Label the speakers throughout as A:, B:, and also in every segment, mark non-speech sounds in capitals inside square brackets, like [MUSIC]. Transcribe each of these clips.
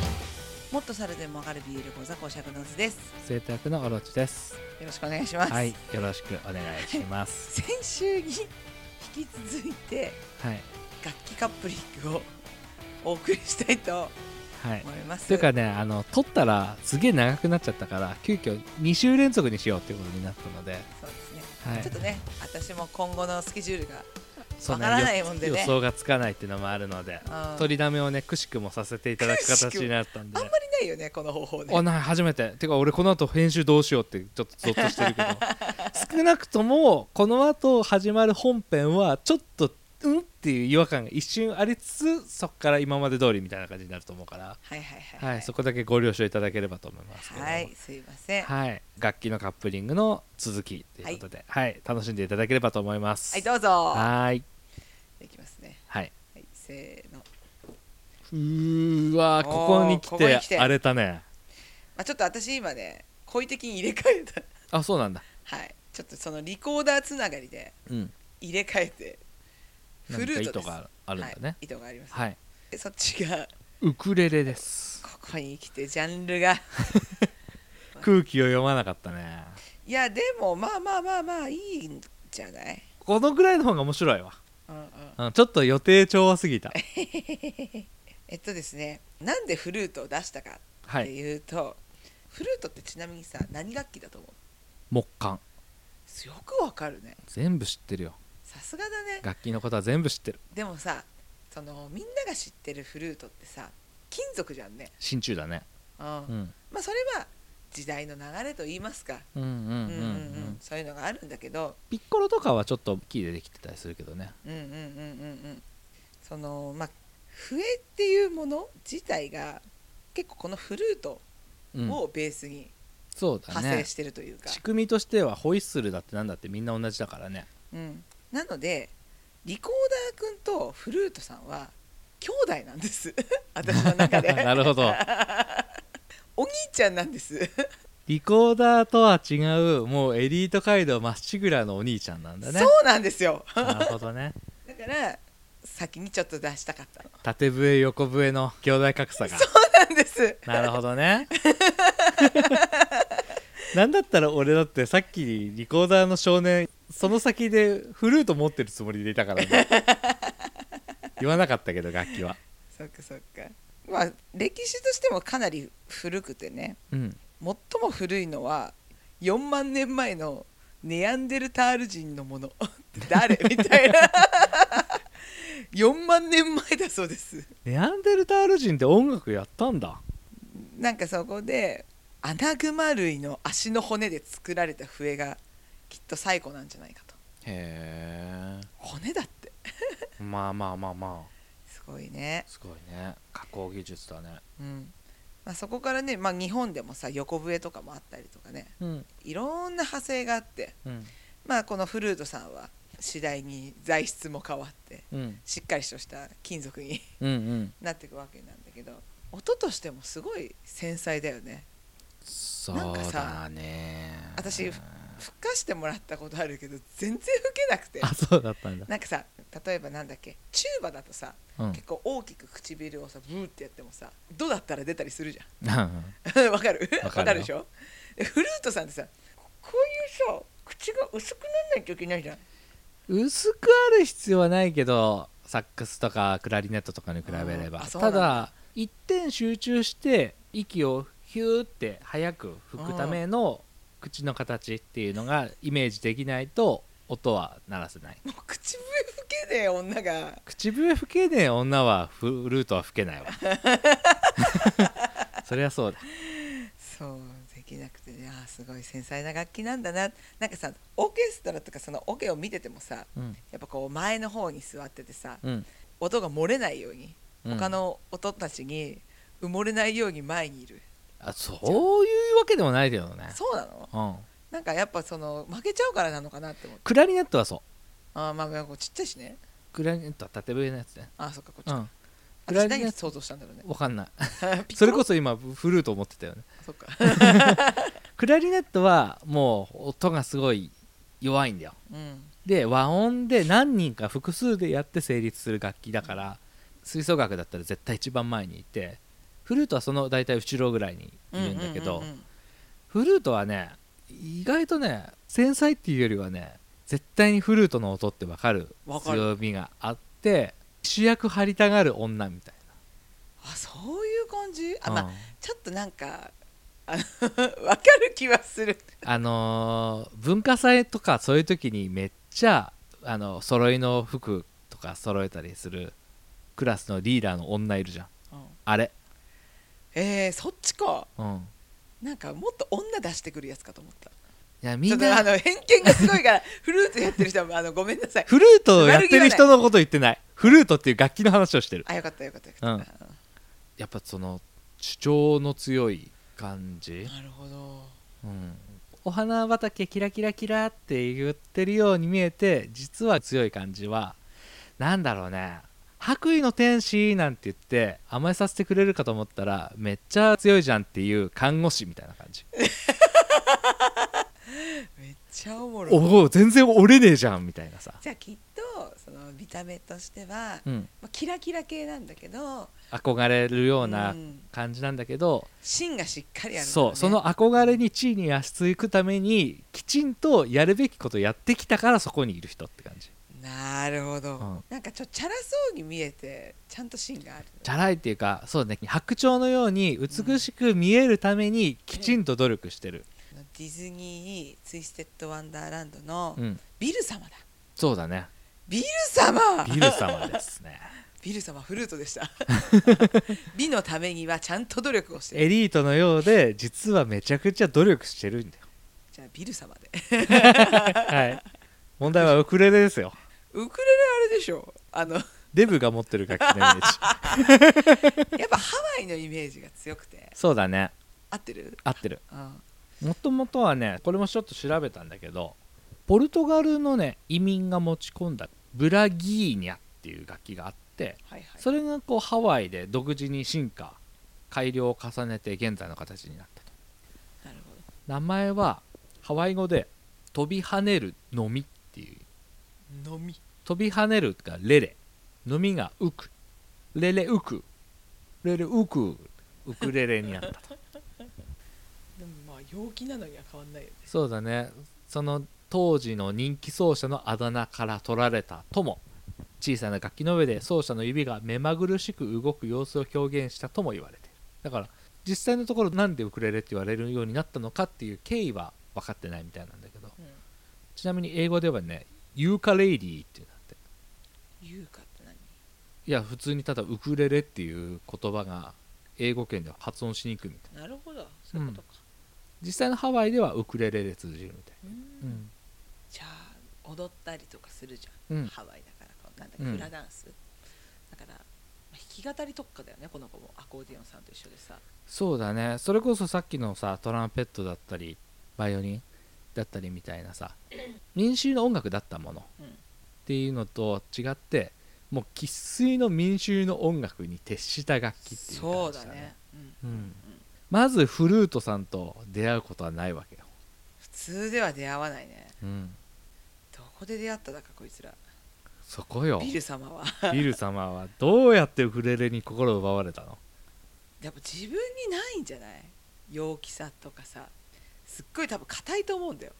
A: ットされてもわかるビール講座講釈の図です
B: 生徒役のオロチです。
A: よろしくお願いします、
B: はい、よろしくお願いし
A: [LAUGHS]
B: ます。
A: 先週に引き続いて
B: はい、
A: 楽器カップリングをお送りしたいと
B: はい。
A: 思います
B: というかね、あの撮ったらすげえ長くなっちゃったから、急遽2週連続にしようっていうことになったので、
A: そうですね
B: はい
A: ちょっとね私も今後のスケジュールが
B: そん
A: わからないもんでね
B: 予想がつかないっていうのもあるので、
A: あー
B: 取りだめをねくしくもさせていただ
A: く
B: く
A: し
B: 形
A: く
B: になったんで
A: あん。まりないよねこの方法ね
B: あない初めててか俺この後編集どうしようってちょっとゾッとしてる
A: [LAUGHS]
B: けど少なくともこの後始まる本編はちょっとうんっていう違和感が一瞬ありつつそこから今まで通りみたいな感じになると思うから、
A: はいはいはい
B: はいそこだけご了承いただければと思いますけども
A: はい、すいませんは
B: はい楽器のカップリングの続きということで、はい楽しんでいただければと思います
A: いどうぞ
B: はーい
A: いきますね
B: はい
A: はいせーの
B: うーわーここに来
A: おーここに来
B: て
A: て
B: 荒れたね
A: まあ、ちょっと私今ね故意的に入れ替えた
B: あそうなんだ
A: はいちょっとそのリコーダーつながりで
B: うん
A: 入れ替えてフルートで
B: 何か
A: す
B: 意図があるんだ
A: はい
B: ね、
A: 糸があります、
B: はい
A: でそっちが
B: ウクレレです
A: ここに来てジャンルが
B: 空気を読まなかったね
A: いやでもまあまあまあまあいいんじゃない、
B: このぐらいの方が面白いわ、
A: うんうん、
B: うん、ちょっと予定調和す [LAUGHS] ぎた
A: えっとですねなんでフルートを出したか
B: は
A: って
B: い
A: いうと、フルートってちなみにさ何楽器だと思
B: 木管
A: うよくわかるね
B: 全部知ってるよ
A: さすがだね
B: 楽器のことは全部知ってる
A: でもさそのみんなが知ってるフルートってさ金属じゃんね、
B: 真鍮だね、
A: うん
B: うん、
A: まあそれは時代の流れと言いますか、
B: うんうんうん
A: う
B: うん
A: んうんうん、そういうのがあるんだけど、
B: ピッコロとかはちょっと木でできてたりするけどね
A: うんうんうんうんうん、そのまあ笛っていうもの自体が結構このフルート
B: うん
A: をベースに
B: そうだ
A: 派生
B: ね
A: してるというか、
B: 仕組みとしてはホイッスルだってなんだってみんな同じだから [LAUGHS] ね
A: うん、なのでリコーダーくんとフルートさんは兄弟なんです [LAUGHS] 私の中で
B: [LAUGHS] なるほど
A: お兄ちゃんなんです
B: リコーダーとは違うもうエリート街道まっしぐらのお兄ちゃんなんだね
A: そうなんですよ [LAUGHS]
B: [LAUGHS] なるほどね
A: だから先にちょっと出したかったの
B: 縦笛横笛の兄弟格差が
A: そうなんです
B: なるほどね [LAUGHS] なんだったら俺だってさっきリコーダーの少年その先でフルート持ってるつもりでいたから [LAUGHS] ね言わなかったけど楽器は
A: そっかそっかまあ歴史としてもかなり古くてね
B: うん
A: 最も古いのは4万年前のネアンデルタール人のもの [LAUGHS] 誰みたいな [LAUGHS] 4万年前だそうです
B: ネアンデルタール人って音楽やったんだ
A: なんかそこでアナグマ類の足の骨で作られた笛がきっと最古なんじゃないかと
B: へ
A: 骨だって
B: えまあまあまあます
A: ごいね
B: あすごいね加工技術だね
A: うんまあ、そこからね、まあ、日本でもさ横笛とかもあったりとかね
B: うん
A: いろんな派生があって、
B: うん
A: まあ、このフルートさんは次第に材質も変わって
B: うん
A: しっかりとした金属に
B: うんうん
A: なっていくわけなんだけど音としてもすごい繊細だよね
B: そ
A: なんか
B: う
A: さ
B: だね
A: 私吹かしてもらったことあるけど全然吹けなくて
B: [LAUGHS] あそうだったんだ、
A: なんかさ例えばなんだっけチューバだとさ
B: うん
A: 結構大きく唇をさブーってやってもさドだったら出たりするじゃん [LAUGHS]
B: う
A: わかる
B: わ
A: わ
B: かるよ
A: かるでしょでフルートさんってさこういうさ口が薄くならないといけないじゃん
B: ん薄くある必要はないけどサックスとかクラリネットとかに比べれば
A: あーあそうな
B: た
A: んだ
B: だ一点集中して息をヒューって早く吹くための口の形っていうのがイメージできないと音は鳴らせない
A: もう口笛吹けねえ女が
B: 口笛吹けねえ女はフルートは吹け
A: [LAUGHS]
B: ないわそりゃそうだ
A: そうできなくてねあーすごい繊細な楽器なんだななんかさオーケストラとかそのオケを見ててもさ
B: うん
A: やっぱこう前の方に座っててさ
B: うん
A: 音が漏れないように
B: うん
A: 他の音たちに埋もれないように前にいる、
B: あそういうわけでもないけどね
A: そうなの
B: うん
A: なんかやっぱその負けちゃうからなのかなって思って
B: クラリネットはそう
A: あーまあまあこうちっちゃいしね
B: クラリネットは縦笛のやつね
A: あーそっかこっち
B: う
A: か、
B: んクラ
A: 私
B: リネッ
A: 何
B: ト
A: 想像したんだろうね
B: わかんない
A: [LAUGHS] ピッコ
B: それ
A: ロ
B: こそ今フルート持ってたよね
A: そっ
B: [LAUGHS]
A: か
B: クラリネットはもう音がすごい弱いんだよ
A: うん
B: で和音で何人か複数でやって成立する楽器だから吹奏楽だったら絶対一番前にいてフルートはその大体後ろぐらいにいるんだけど、
A: ううんうん
B: フルートはね意外とね繊細っていうよりはね絶対にフルートの音ってわかる
A: わかる
B: 強みがあって主役張りたがる女みたい
A: あそういう感じあ、
B: な、
A: ま
B: う
A: あ
B: ん
A: ちょっとなんかあの [LAUGHS] わかる気はする
B: あのー文化祭とかそういう時にめっちゃあの揃いの服とか揃えたりするクラスのリーダーの女いるじゃんあれ、
A: えー、そっちか
B: うん、
A: なんかもっと女出してくるやつかと思った
B: いやみ
A: ちょ
B: ん
A: っとあ
B: な
A: の偏見がすごいからフルートやってる人はあのごめんなさい
B: フルートをやってる人のこと言ってないフルートっていう楽器の話をしてる
A: あよかったよかったよかった、
B: やっぱその主張の強い感じ、
A: なるほど
B: うん、お花畑キラキラキラって言ってるように見えて実は強い感じはなんだろうね白衣の天使なんて言って甘えさせてくれるかと思ったらめっちゃ強いじゃんっていう看護師みたいな感じ
A: めっちゃおもろい
B: おお全然折れねえじゃんみたいなさ、
A: じゃあきっとその見た目としては、
B: うん、
A: まあ、キラキラ系なんだけど
B: 憧れるようなん感じなんだけど、
A: 芯がしっかりあるからね、
B: そうその憧れに地位に足つくためにきちんとやるべきことやってきたからそこにいる人って感じ
A: なるほど、
B: うん
A: なんかちょっとチャラそうに見えてちゃんと芯がある
B: チャラいっていうかそうね白鳥のように美しく見えるためにきちんと努力してる、
A: あのディズニーツイステッドワンダーランドの
B: うん、
A: ビル様だ
B: そうだね
A: ビル様
B: ビル様ですね
A: ビル様フルートでした [LAUGHS] 美のためにはちゃんと努力をして
B: エリートのようで実はめちゃくちゃ努力してるんだよ
A: じゃあビル様で
B: はい問題はウクレレですよ
A: ウクレレあれでしょあ [LAUGHS] のや
B: デブが持ってる楽器のイメージ
A: っぱハワイのイメージが強くて
B: そうだね
A: 合ってる
B: 合ってる
A: うん
B: もともとはねこれもちょっと調べたんだけどポルトガルのね移民が持ち込んだブラギーニャっていう楽器があって
A: はいはい
B: それがこうハワイで独自に進化改良を重ねて現在の形になったと
A: なるほど
B: 名前はハワイ語で「飛び跳ねるのみ」っていう
A: のみ
B: 飛び跳ねるがレレのみがウクレレウクレレウクウクレレになったと
A: でもまあ陽気なのには変わんないよね
B: そうだねその当時の人気奏者のあだ名から取られたとも小さな楽器の上で奏者の指が目まぐるしく動く様子を表現したとも言われているだから実際のところなんでウクレレって言われるようになったのかっていう経緯は分かってないみたいなんだけど
A: うん
B: ちなみに英語ではねユーカレイリーっていうんだって
A: 優香って何
B: いや普通にただウクレレっていう言葉が英語圏では発音しにくいみたいな
A: なるほどそういうことか、
B: 実際のハワイではウクレレで通じるみたいな、
A: うんじゃあ踊ったりとかするじゃん、
B: うん
A: ハワイだからこうなんだっけ
B: うん
A: フラダンス、だからまあ弾き語り特化だよねこの子もアコーディオンさんと一緒でさ
B: そうだねそれこそさっきのさトランペットだったりバイオリンだったりみたいなさ民衆の音楽だったものっ
A: うん
B: ていうのと違ってもう生粋の民衆の音楽に徹した楽器っていう
A: そ
B: 感
A: う
B: じ
A: だ
B: だね
A: ね、うん、
B: うん、まずフルートさんと出会うことはないわけよ、
A: 普通では出会わないね
B: うん、
A: どこで出会っただかこいつら
B: そこよ
A: ビル様は [LAUGHS]
B: ビル様はどうやってウクレレに心を奪われたの
A: やっぱ自分にないんじゃない陽気さとかさすっごい多分硬いと思うんだよ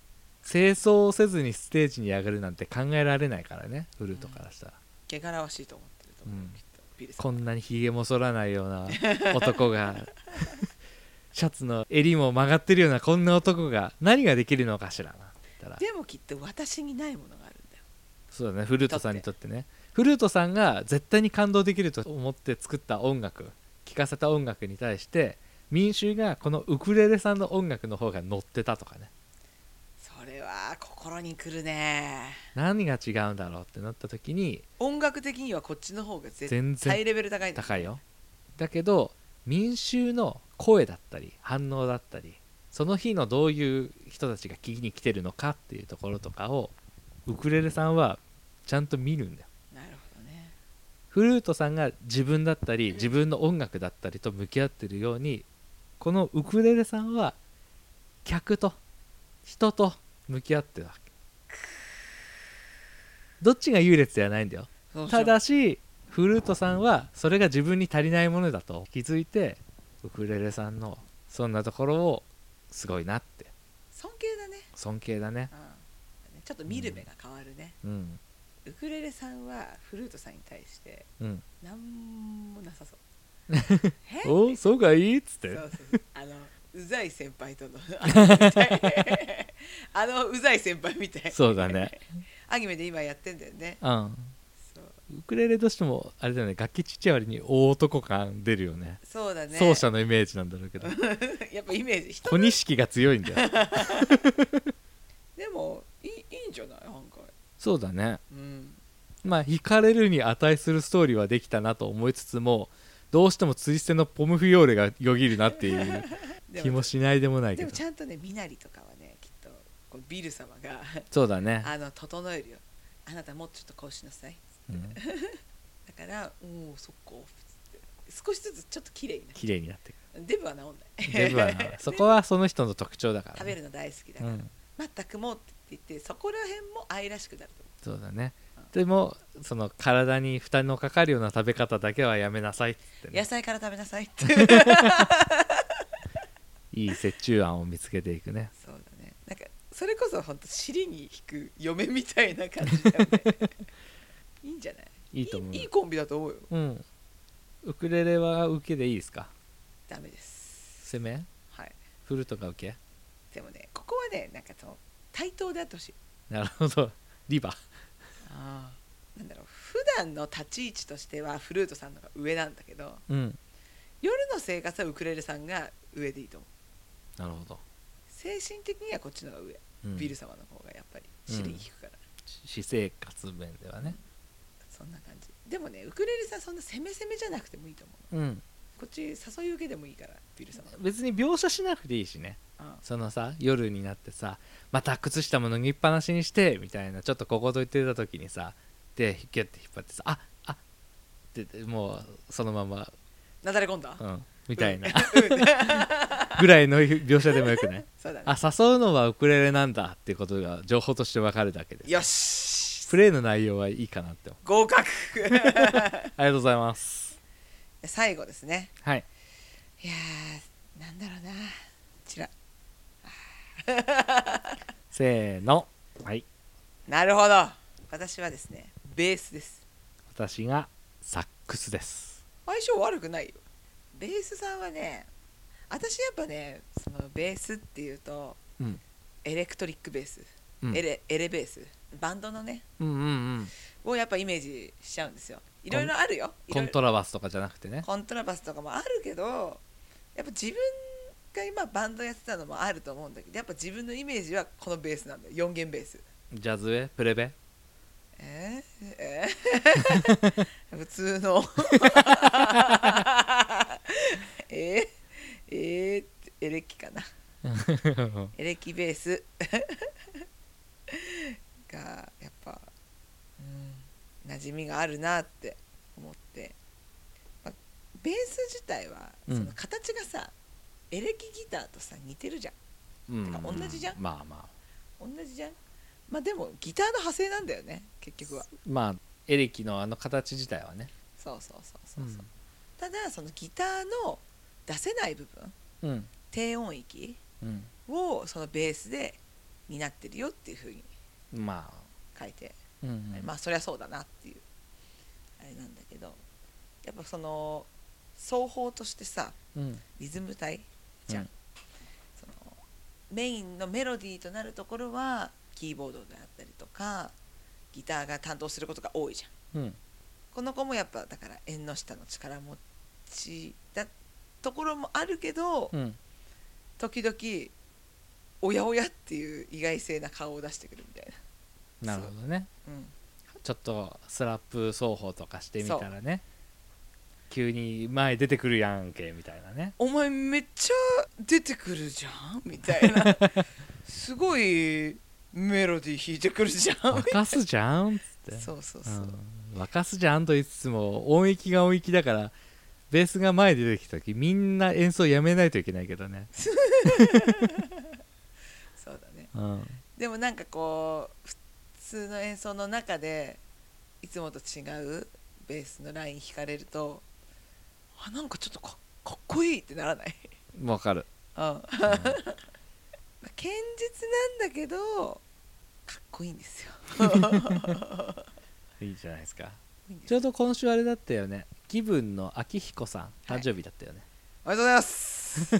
B: 清掃をせずにステージに上がるなんて考えられないからねフルートからしたら、
A: 汚らわしいと思ってると思う、
B: うん
A: きっとビル様
B: こんなにひげも剃らないような男が [LAUGHS] シャツの襟も曲がってるようなこんな男が何ができるのかしらなって言ったら
A: でもきっと私にないものがあるんだよ
B: そうだねフルートさんにとってねフルートさんが絶対に感動できると思って作った音楽聴かせた音楽に対して民衆がこのウクレレさんの音楽の方が乗ってたとかね
A: それは心にくるね
B: 何が違うんだろうってなった時に
A: 音楽的にはこっちの方が絶
B: 全然
A: 対レベル高いんだ
B: 高いよだけど民衆の声だったり反応だったりその日のどういう人たちが聞きに来てるのかっていうところとかをウクレレさんはちゃんと見るんだよ
A: なるほどね
B: フルートさんが自分だったり自分の音楽だったりと向き合ってるようにこのウクレレさんは客と人と向き合ってるわけどっちが優劣ではないんだよ
A: そうそう
B: ただしフルートさんはそれが自分に足りないものだと気づいてウクレレさんのそんなところをすごいなって
A: 尊敬だね、
B: 尊敬だね
A: うん、ちょっと見る目が変わるね、
B: うん
A: ウクレレさんはフルートさんに対して
B: うん
A: なんもなさそう
B: [LAUGHS]
A: え
B: おそうかいいっつっ
A: そ
B: て
A: うそうそうあのうざい先輩とのあのみたいあのうざい先輩みたい
B: そうだね
A: アニメで今やってんだよね
B: うん
A: そう
B: ウクレレとしてもあれだよね楽器ちっちゃい割に大男感出るよね
A: そうだね
B: 奏者のイメージなんだろうけど
A: [LAUGHS] やっぱイメージ人
B: 小錦が強いんだよ
A: でもいいいいんじゃない案外
B: そうだね
A: うん
B: まあ惹かれるに値するストーリーはできたなと思いつつもどうしてもツイステのポムフィオーレがよぎるなっていう
A: で
B: 気も
A: も
B: しないでもないけ
A: で
B: ど
A: もちゃんとね身なりとかはねきっとこうビル様が
B: そうだね
A: あの整えるよあなたもうちょっとこうしなさい
B: うん
A: だからおおそっかつって少しずつちょっと綺麗にな
B: 綺麗になって
A: [LAUGHS]
B: く
A: るデブは治んない
B: るデブはなそこはその人の特徴だか
A: [LAUGHS]
B: ら
A: 食べるの大好きだ
B: う
A: から、
B: ん
A: 全くもうって言ってそこら辺も愛らしくなると思
B: そうだねでもその体に負担のかかるような食べ方だけはやめなさいっつって
A: う、
B: ね
A: 野菜から食べなさいって [LAUGHS] そうだ
B: いい折衷案を見つけていくね
A: ねなんかそれこそ本当尻に引く嫁みたいな感じだ [LAUGHS] よねいいんじゃない
B: いいと思う
A: いいコンビだと思うよ
B: うんウクレレは受けでいいですか
A: ダメです
B: 攻め
A: はい
B: フルとか受け
A: でもねここはねなんかその対等であってほしい
B: なるほどリバ
A: なんだろう普段の立ち位置としてはフルートさんの方が上なんだけど
B: うん
A: 夜の生活はウクレレさんが上でいいと思う
B: なるほど、
A: 精神的にはこっちの方が上、
B: うん
A: ビル様の方がやっぱり尻に引くから、
B: 私生活面ではね
A: そんな感じでもねウクレレさんそんな攻め攻めじゃなくてもいいと思う
B: うん
A: こっち誘い受けでもいいからビル様
B: 別に描写しなくていいしね
A: あ
B: そのさ夜になってさまた靴下も脱ぎっぱなしにしてみたいなちょっとここと言ってた時にさでギュッて引っ張ってさああってでもうそのまま
A: なだれ込んだ、
B: うんみたいな
A: うん
B: ぐらいの描写でもよくない
A: そうだね
B: あ誘うのはウクレレなんだっていうことが情報として分かるだけで
A: よし
B: プレイの内容はいいかなって思
A: 合
B: う
A: 格 [LAUGHS]
B: ありがとうございます
A: 最後ですね
B: はい
A: いやーなんだろうなこちら
B: せーのはい
A: なるほど私はですねベースです
B: 私がサックスです
A: 相性悪くないよベースさんはね私やっぱねそのベースっていうと
B: うん
A: エレクトリックベース、
B: うん
A: エレエレベースバンドのね
B: うんうんうん
A: をやっぱイメージしちゃうんですよいろいろあるよ
B: コン
A: いろい
B: トラバスとかじゃなくてね
A: ろコントラバスとかもあるけどやっぱ自分が今バンドやってたのもあると思うんだけどやっぱ自分のイメージはこのベースなんだよ4弦ベース
B: ジャズウェプレ [LAUGHS] ベ
A: えーえ [LAUGHS] ー普通のえー、えーってエレキかなエレキベース [LAUGHS] がやっぱ、うん、馴染みがあるなって思って、まあベース自体は
B: う
A: そ
B: ん
A: の形がさ、エレキギターとさ似てるじゃん
B: うん
A: てか同じじゃん
B: まあまあ
A: 同じじゃんまあでもギターの派生なんだよね結局は
B: まあエレキのあの形自体はね
A: そうそうそうそうそう、ただそのギターの出せない部分
B: うん
A: 低音域
B: うん、
A: をそのベースで担ってるよっていうふうに
B: ま
A: 書いて、
B: あ、うんうん
A: まあそりゃそうだなっていうあれなんだけどやっぱその奏法としてさ
B: うん
A: リズム体じゃん、
B: うん
A: そのメインのメロディーとなるところはキーボードであったりとかギターが担当することが多いじゃん
B: うん
A: この子もやっぱだから縁の下の力持ちだところもあるけど、
B: うん
A: 時々おやおやっていう意外性な顔を出してくるみたい
B: なるほどね
A: な、うん、
B: ちょっとスラップ奏法とかしてみたらね急に前出てくるやんけみたいなね
A: お前めっちゃ出てくるじゃんみたい [LAUGHS] なすごいメロディー弾いてくるじゃん
B: 沸かすじゃんっつって
A: そうそうそう、
B: うん沸かすじゃんと言いつつも音域が音域だからベースが前に出てきた時みんな演奏やめないといけないけどね、
A: そうだね
B: うん、
A: でもなんかこう普通の演奏の中でいつもと違うベースのライン弾かれるとあなんかちょっとかかっこいいってならない
B: わかる、
A: うん [LAUGHS] まあ
B: うん
A: 堅実なんだけどかっこいいんですよ
B: いいじゃないですか
A: いいんです
B: ちょうど今週あれだったよね気分の秋彦さん
A: はい
B: 誕生日だったよね、
A: おめでとうございます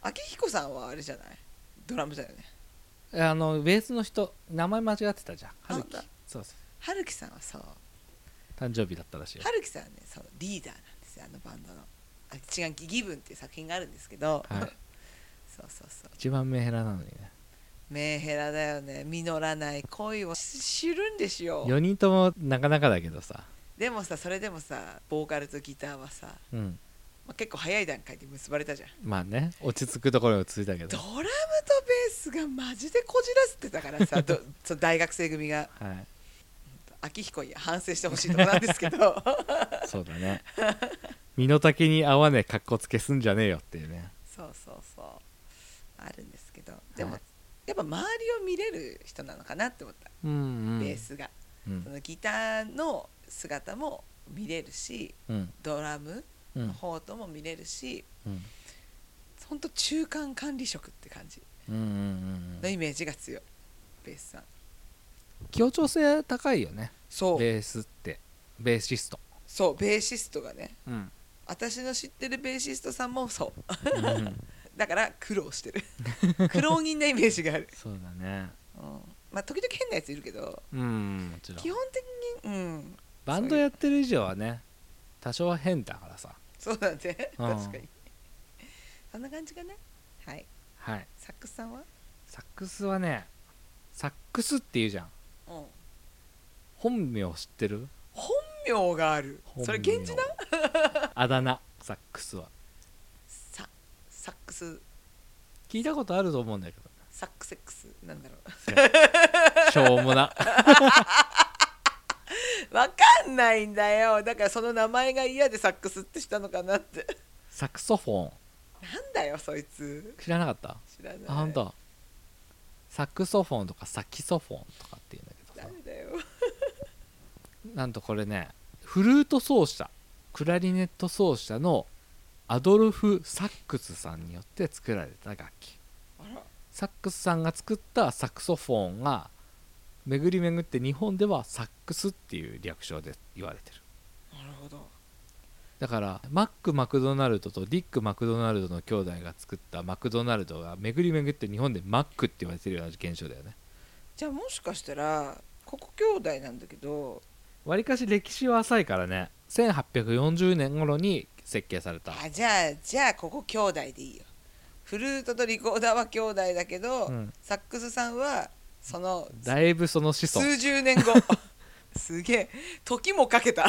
A: 秋彦さんは [LAUGHS] あれじゃないドラムだよね
B: あのベースの人名前間違ってたじゃん
A: なん
B: 春樹
A: だ
B: そうそう
A: 春樹さんはそう
B: 誕生日だったらしいよ
A: 春樹さんはねそうリーダーなんですよあのバンドの「あ違うギブン」っていう作品があるんですけど、
B: はい
A: そうそうそう
B: 一番メンヘラなのにね
A: メンヘラだよね実らない恋をし知るんですよ
B: 4人ともなかなかだけどさ
A: でもさそれでもさボーカルとギターはさ、
B: うん
A: まあ、結構早い段階で結ばれたじゃん
B: まあね落ち着くところに落ち着いたけ
A: ド
B: ど
A: ラムとベースがマジでこじらせてたからさど [LAUGHS] その大学生組が
B: はい
A: 秋彦には反省してほしいとこなんですけど
B: そうだ [LAUGHS] ね身の丈に合わねえ格好つけすんじゃねえよっていうね
A: そうそうそうあるんですけどでも、
B: はい
A: やっぱ周りを見れる人なのかなって思った、
B: うんうん
A: ベースが
B: う
A: そ
B: ん
A: のギターの姿も見れるし
B: うん
A: ドラム
B: う
A: の
B: ん
A: 方とも見れるし、
B: うん
A: ほんと中間管理職って感じ
B: うんうんう
A: の
B: ん
A: イメージが強いベースさん
B: 協調性高いよね
A: そう
B: ベースってベーシスト
A: そうベーシストがね
B: うん
A: 私の知ってるベーシストさんもそう [LAUGHS]
B: うん
A: だから苦労して
B: [LAUGHS]
A: る苦労人なイメージがある、
B: そうだね
A: うん、まあ時々変なやついるけど
B: うんもちろ
A: 基
B: ん
A: 本的にうん
B: バンドやってる以上はね多少は変だからさ
A: そうだね確
B: うん
A: かにそんな感じかなはい
B: はい
A: サックスさんは
B: サックスはねサックスっていうじゃん
A: うん
B: 本名知ってる
A: 本名があるそれ源氏な
B: [LAUGHS] なあだ名サックスは
A: ササックス
B: 聞いたことあると思うんだけど [LAUGHS]
A: サックセックスなんだろ
B: しょうもな
A: う [LAUGHS] わかんないんだよだからその名前が嫌でサックスってしたのかなって
B: サクソフォン
A: なんだよそいつ
B: 知らなかった
A: 知らない
B: あ本当。サクソフォンとかサキソフォンとかっていうんだけど
A: ダ
B: さ
A: メだよ
B: なんとこれねフルート奏者クラリネット奏者のアドルフ・サックスさんによって作られた楽器
A: あら
B: サックスさんが作ったサクソフォンが巡り巡って日本ではサックスっていう略称で言われてる
A: なるほど
B: だからマック・マクドナルドとディック・マクドナルドの兄弟が作ったマクドナルドが巡り巡って日本でマックって言われてるような現象だよね
A: じゃあもしかしたらここ兄弟なんだけど
B: わりかし歴史は浅いからね1840年頃に設計された、
A: あじゃあじゃあここ兄弟でいいよフルートとリコーダーは兄弟だけど、
B: うん
A: サックスさんはその
B: だいぶその子孫
A: 数十年
B: [LAUGHS]
A: 後すげえ時もかけた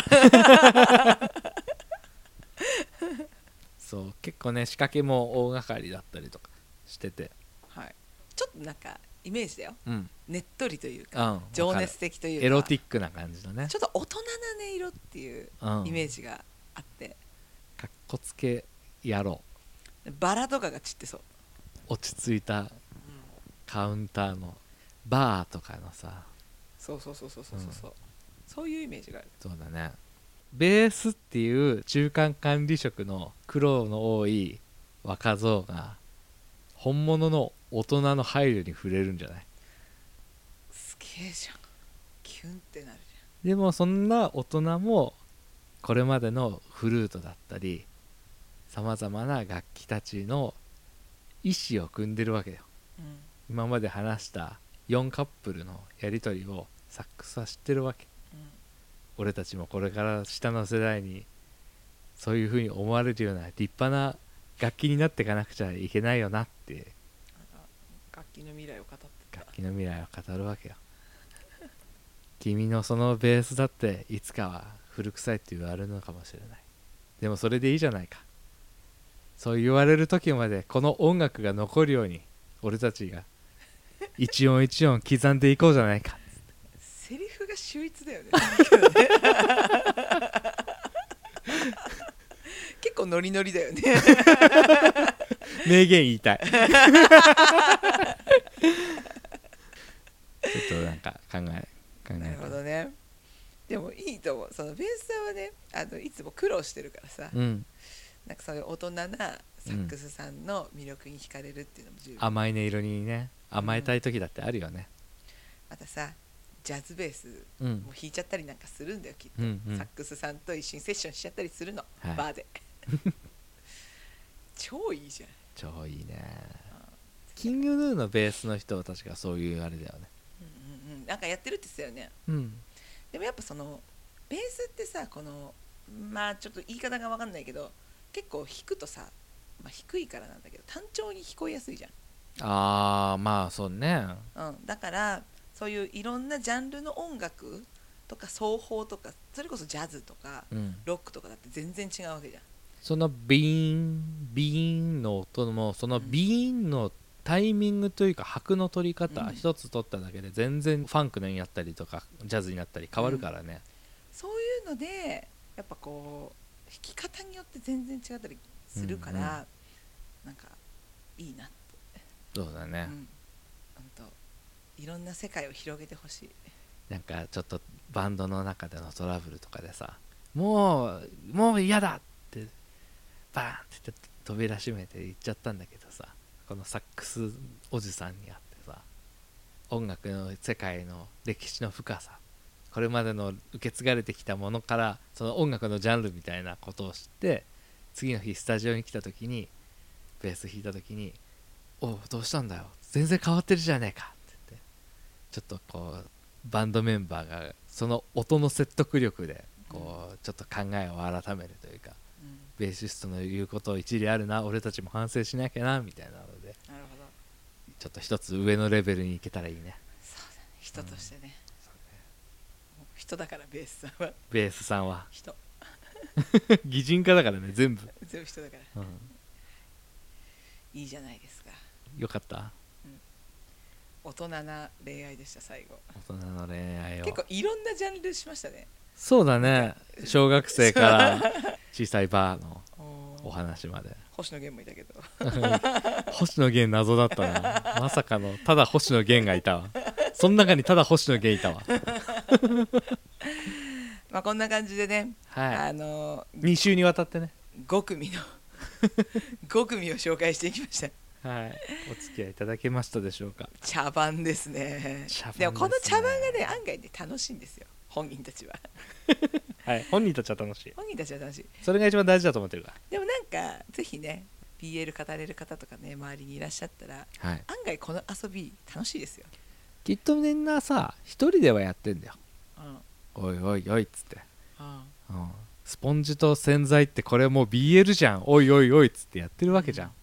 B: そう結構ね仕掛けも大掛かりだったりとかしてて
A: はいちょっとなんかイメージだよ
B: うん
A: ねっとりという
B: うん
A: か、
B: わかる
A: 情熱的というか
B: エロティックな感じのね
A: ちょっと大人な音色っていう
B: うん
A: イメージがあって、
B: かっこつけ野郎
A: バラとかが散ってそう
B: 落ち着いたカウンターのバーとかのさ
A: そうそうそうそうそうそうそうそういうイメージがある
B: そうだねベースっていう中間管理職の苦労の多い若造が本物の大人の配慮に触れるんじゃない
A: すげえじゃんキュンってなるじ
B: でもそんな大人もこれまでのフルートだったりさまざまな楽器たちの意思を組んでるわけよ
A: ゃん、うん、
B: 今まで話した4カップルのやり取りをサックスは知ってるわけ俺たちもこれから下の世代にそういうふうに思われるような立派な楽器になっていかなくちゃいけないよなって
A: 楽器の未来を語ってた
B: 楽器の未来を語るわけよ [LAUGHS] 君のそのベースだっていつかは古臭いって言われるのかもしれないでもそれでいいじゃないかそう言われる時までこの音楽が残るように俺たちが一音一音刻んでいこうじゃないか
A: セリフが秀逸だよね結構ノリノリだよね
B: 名言言
A: [LAUGHS]
B: いたいちょっとなんか考え考
A: な
B: え
A: る
B: た
A: ほどねでもいいと思うそのベースさんはねあのいつも苦労してるからさ、
B: うん
A: なんかそういう大人なサックスさんの魅力に惹かれるっていうのも十分、
B: 甘い音色にね甘えたい時だってあるよね、
A: またさジャズベース
B: うん
A: も弾いちゃったりなんかするんだよきっと、
B: うんうん
A: サックスさんと一緒にセッションしちゃったりするの、
B: はい
A: バーで [LAUGHS] 超いいじゃん
B: 超いいねキングヌーのベースの人は確かそういうあれだよね
A: うんうんうん、なんかやってるって言ってたよね
B: うん
A: でもやっぱそのベースってさこのまあちょっと言い方が分かんないけど結構弾くとさ、まあ、低いからなんだけど単調に聞こえやすいじ
B: ああまあそうね
A: ゃん、うん、だからそういういろんなジャンルの音楽とか奏法とかそれこそジャズとか
B: うん
A: ロックとかだって全然違うわけじゃん
B: そのビーンビーンの音もそのビーンのタイミングというか拍の取り方
A: うん
B: 一つ取っただけで全然ファンクになったりとかジャズになったり変わるからね、
A: そういうのでやっぱこう弾き方によって全然違ったりするから、
B: うんうん
A: なんかいいなって、
B: そうだ
A: う
B: ね、
A: ん、ほんといろんな世界を広げてほしい
B: なんかちょっとバンドの中でのトラブルとかでさもうもう嫌だってバーンって言って扉閉めて行っちゃったんだけどさこのサックスおじさんに会ってさ音楽の世界の歴史の深さこれまでの受け継がれてきたものからその音楽のジャンルみたいなことを知って次の日スタジオに来た時にベース弾いた時に「おうどうしたんだよ全然変わってるじゃねえか」って言ってちょっとこうバンドメンバーがその音の説得力でこうちょっと考えを改めるというか
A: うん
B: ベーシストの言うこと一理あるな俺たちも反省しなきゃなみたいなので
A: なるほど
B: ちょっと一つ上のレベルに行けたらいいね
A: そうだね人としてね,、人だからベースさんは
B: ベースさんは
A: 人
B: [LAUGHS] 擬人化だからね全部、
A: 全部人だからいいじゃないですか
B: よかった
A: 大人な恋愛でした最後
B: 大人の恋愛を
A: 結構いろんなジャンルしましたね
B: そうだね小学生から小さいバーのお話まで
A: 星野源もいたけど [LAUGHS]
B: 星野源謎だったなまさかのただ星野源がいたわその中にただ星野源いたわ
A: まあこんな感じでね、
B: は
A: あの
B: い、2週にわたってね、
A: 5組の [LAUGHS] 5組を紹介していきました
B: はい、お付き合いいただけましたでしょうか。
A: 茶番ですね
B: 茶番ですね
A: でもこの茶番がね案外ね楽しいんですよ本人たちは
B: はい、本人たちは楽しい。
A: 本人たちは楽しい
B: それが一番大事だと思ってるか
A: でもなんかぜひね BL 語れる方とかね周りにいらっしゃったら
B: ら。はい、
A: 案外この遊び楽しいですよ、
B: きっとみんなさ一人ではやってんだよ。
A: うん
B: おいおいおいっつって、うん、スポンジと洗剤ってこれもう BL じゃんおいおいおいっつってやってるわけじゃん。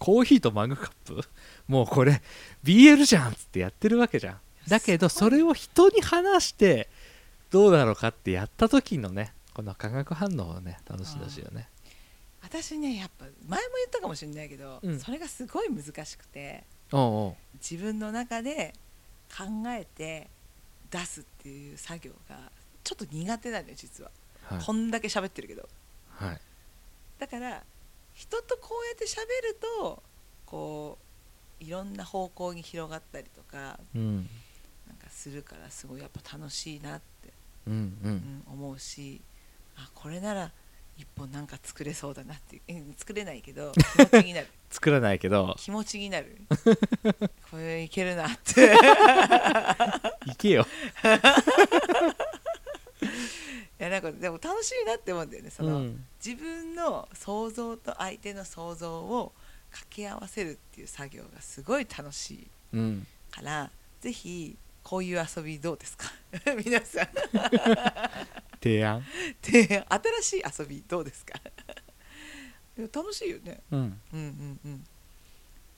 B: コーヒーとマグカップもうこれ BL じゃんっつってやってるわけじゃん。だけどそれを人に話してどうだろうかってやった時のねこの化学反応をね楽しんでほしいよね。
A: 私ねやっぱ前も言ったかもしれないけど、
B: うん
A: それがすごい難しくて
B: おうおう
A: 自分の中で考えて出すっていう作業がちょっと苦手なのよ実は、
B: はい
A: こんだけ喋ってるけど
B: はい、
A: だから人とこうやって喋るとこういろんな方向に広がったりとか
B: うん、
A: なんかするからすごいやっぱ楽しいなって
B: うんう
A: うんん、思うしあこれなら一本なんか作れそうだなっていううん作れないけ [LAUGHS] ど気持ちになる
B: 作らないけ [LAUGHS] ど
A: 気持ちになるこれいけるなって [LAUGHS]
B: 行けよ、
A: いやなんかでも楽しいなって思うんだよねその、自分の想像と相手の想像を掛け合わせるっていう作業がすごい楽しい
B: うん、
A: からぜひこういう遊びどうですか [LAUGHS] 皆さん
B: 提案、
A: 提案新しい遊びどうですか [LAUGHS] いや楽しいよね
B: うん
A: うんうんうん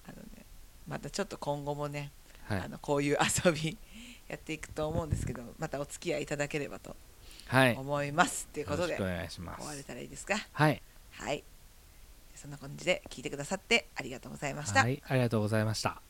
A: あのねまたちょっと今後もね、
B: はい
A: あのこういう遊びやっていくと思うんですけどまたお付き合いいただければと
B: はい、よ
A: 思いますと、い、うこと
B: ろし
A: で
B: くお
A: 終
B: 願いしま
A: われ
B: す
A: たらいいですか
B: はい、
A: はいそんな感じで聞いてくださってありがとうございました、
B: はい、ありがとうございました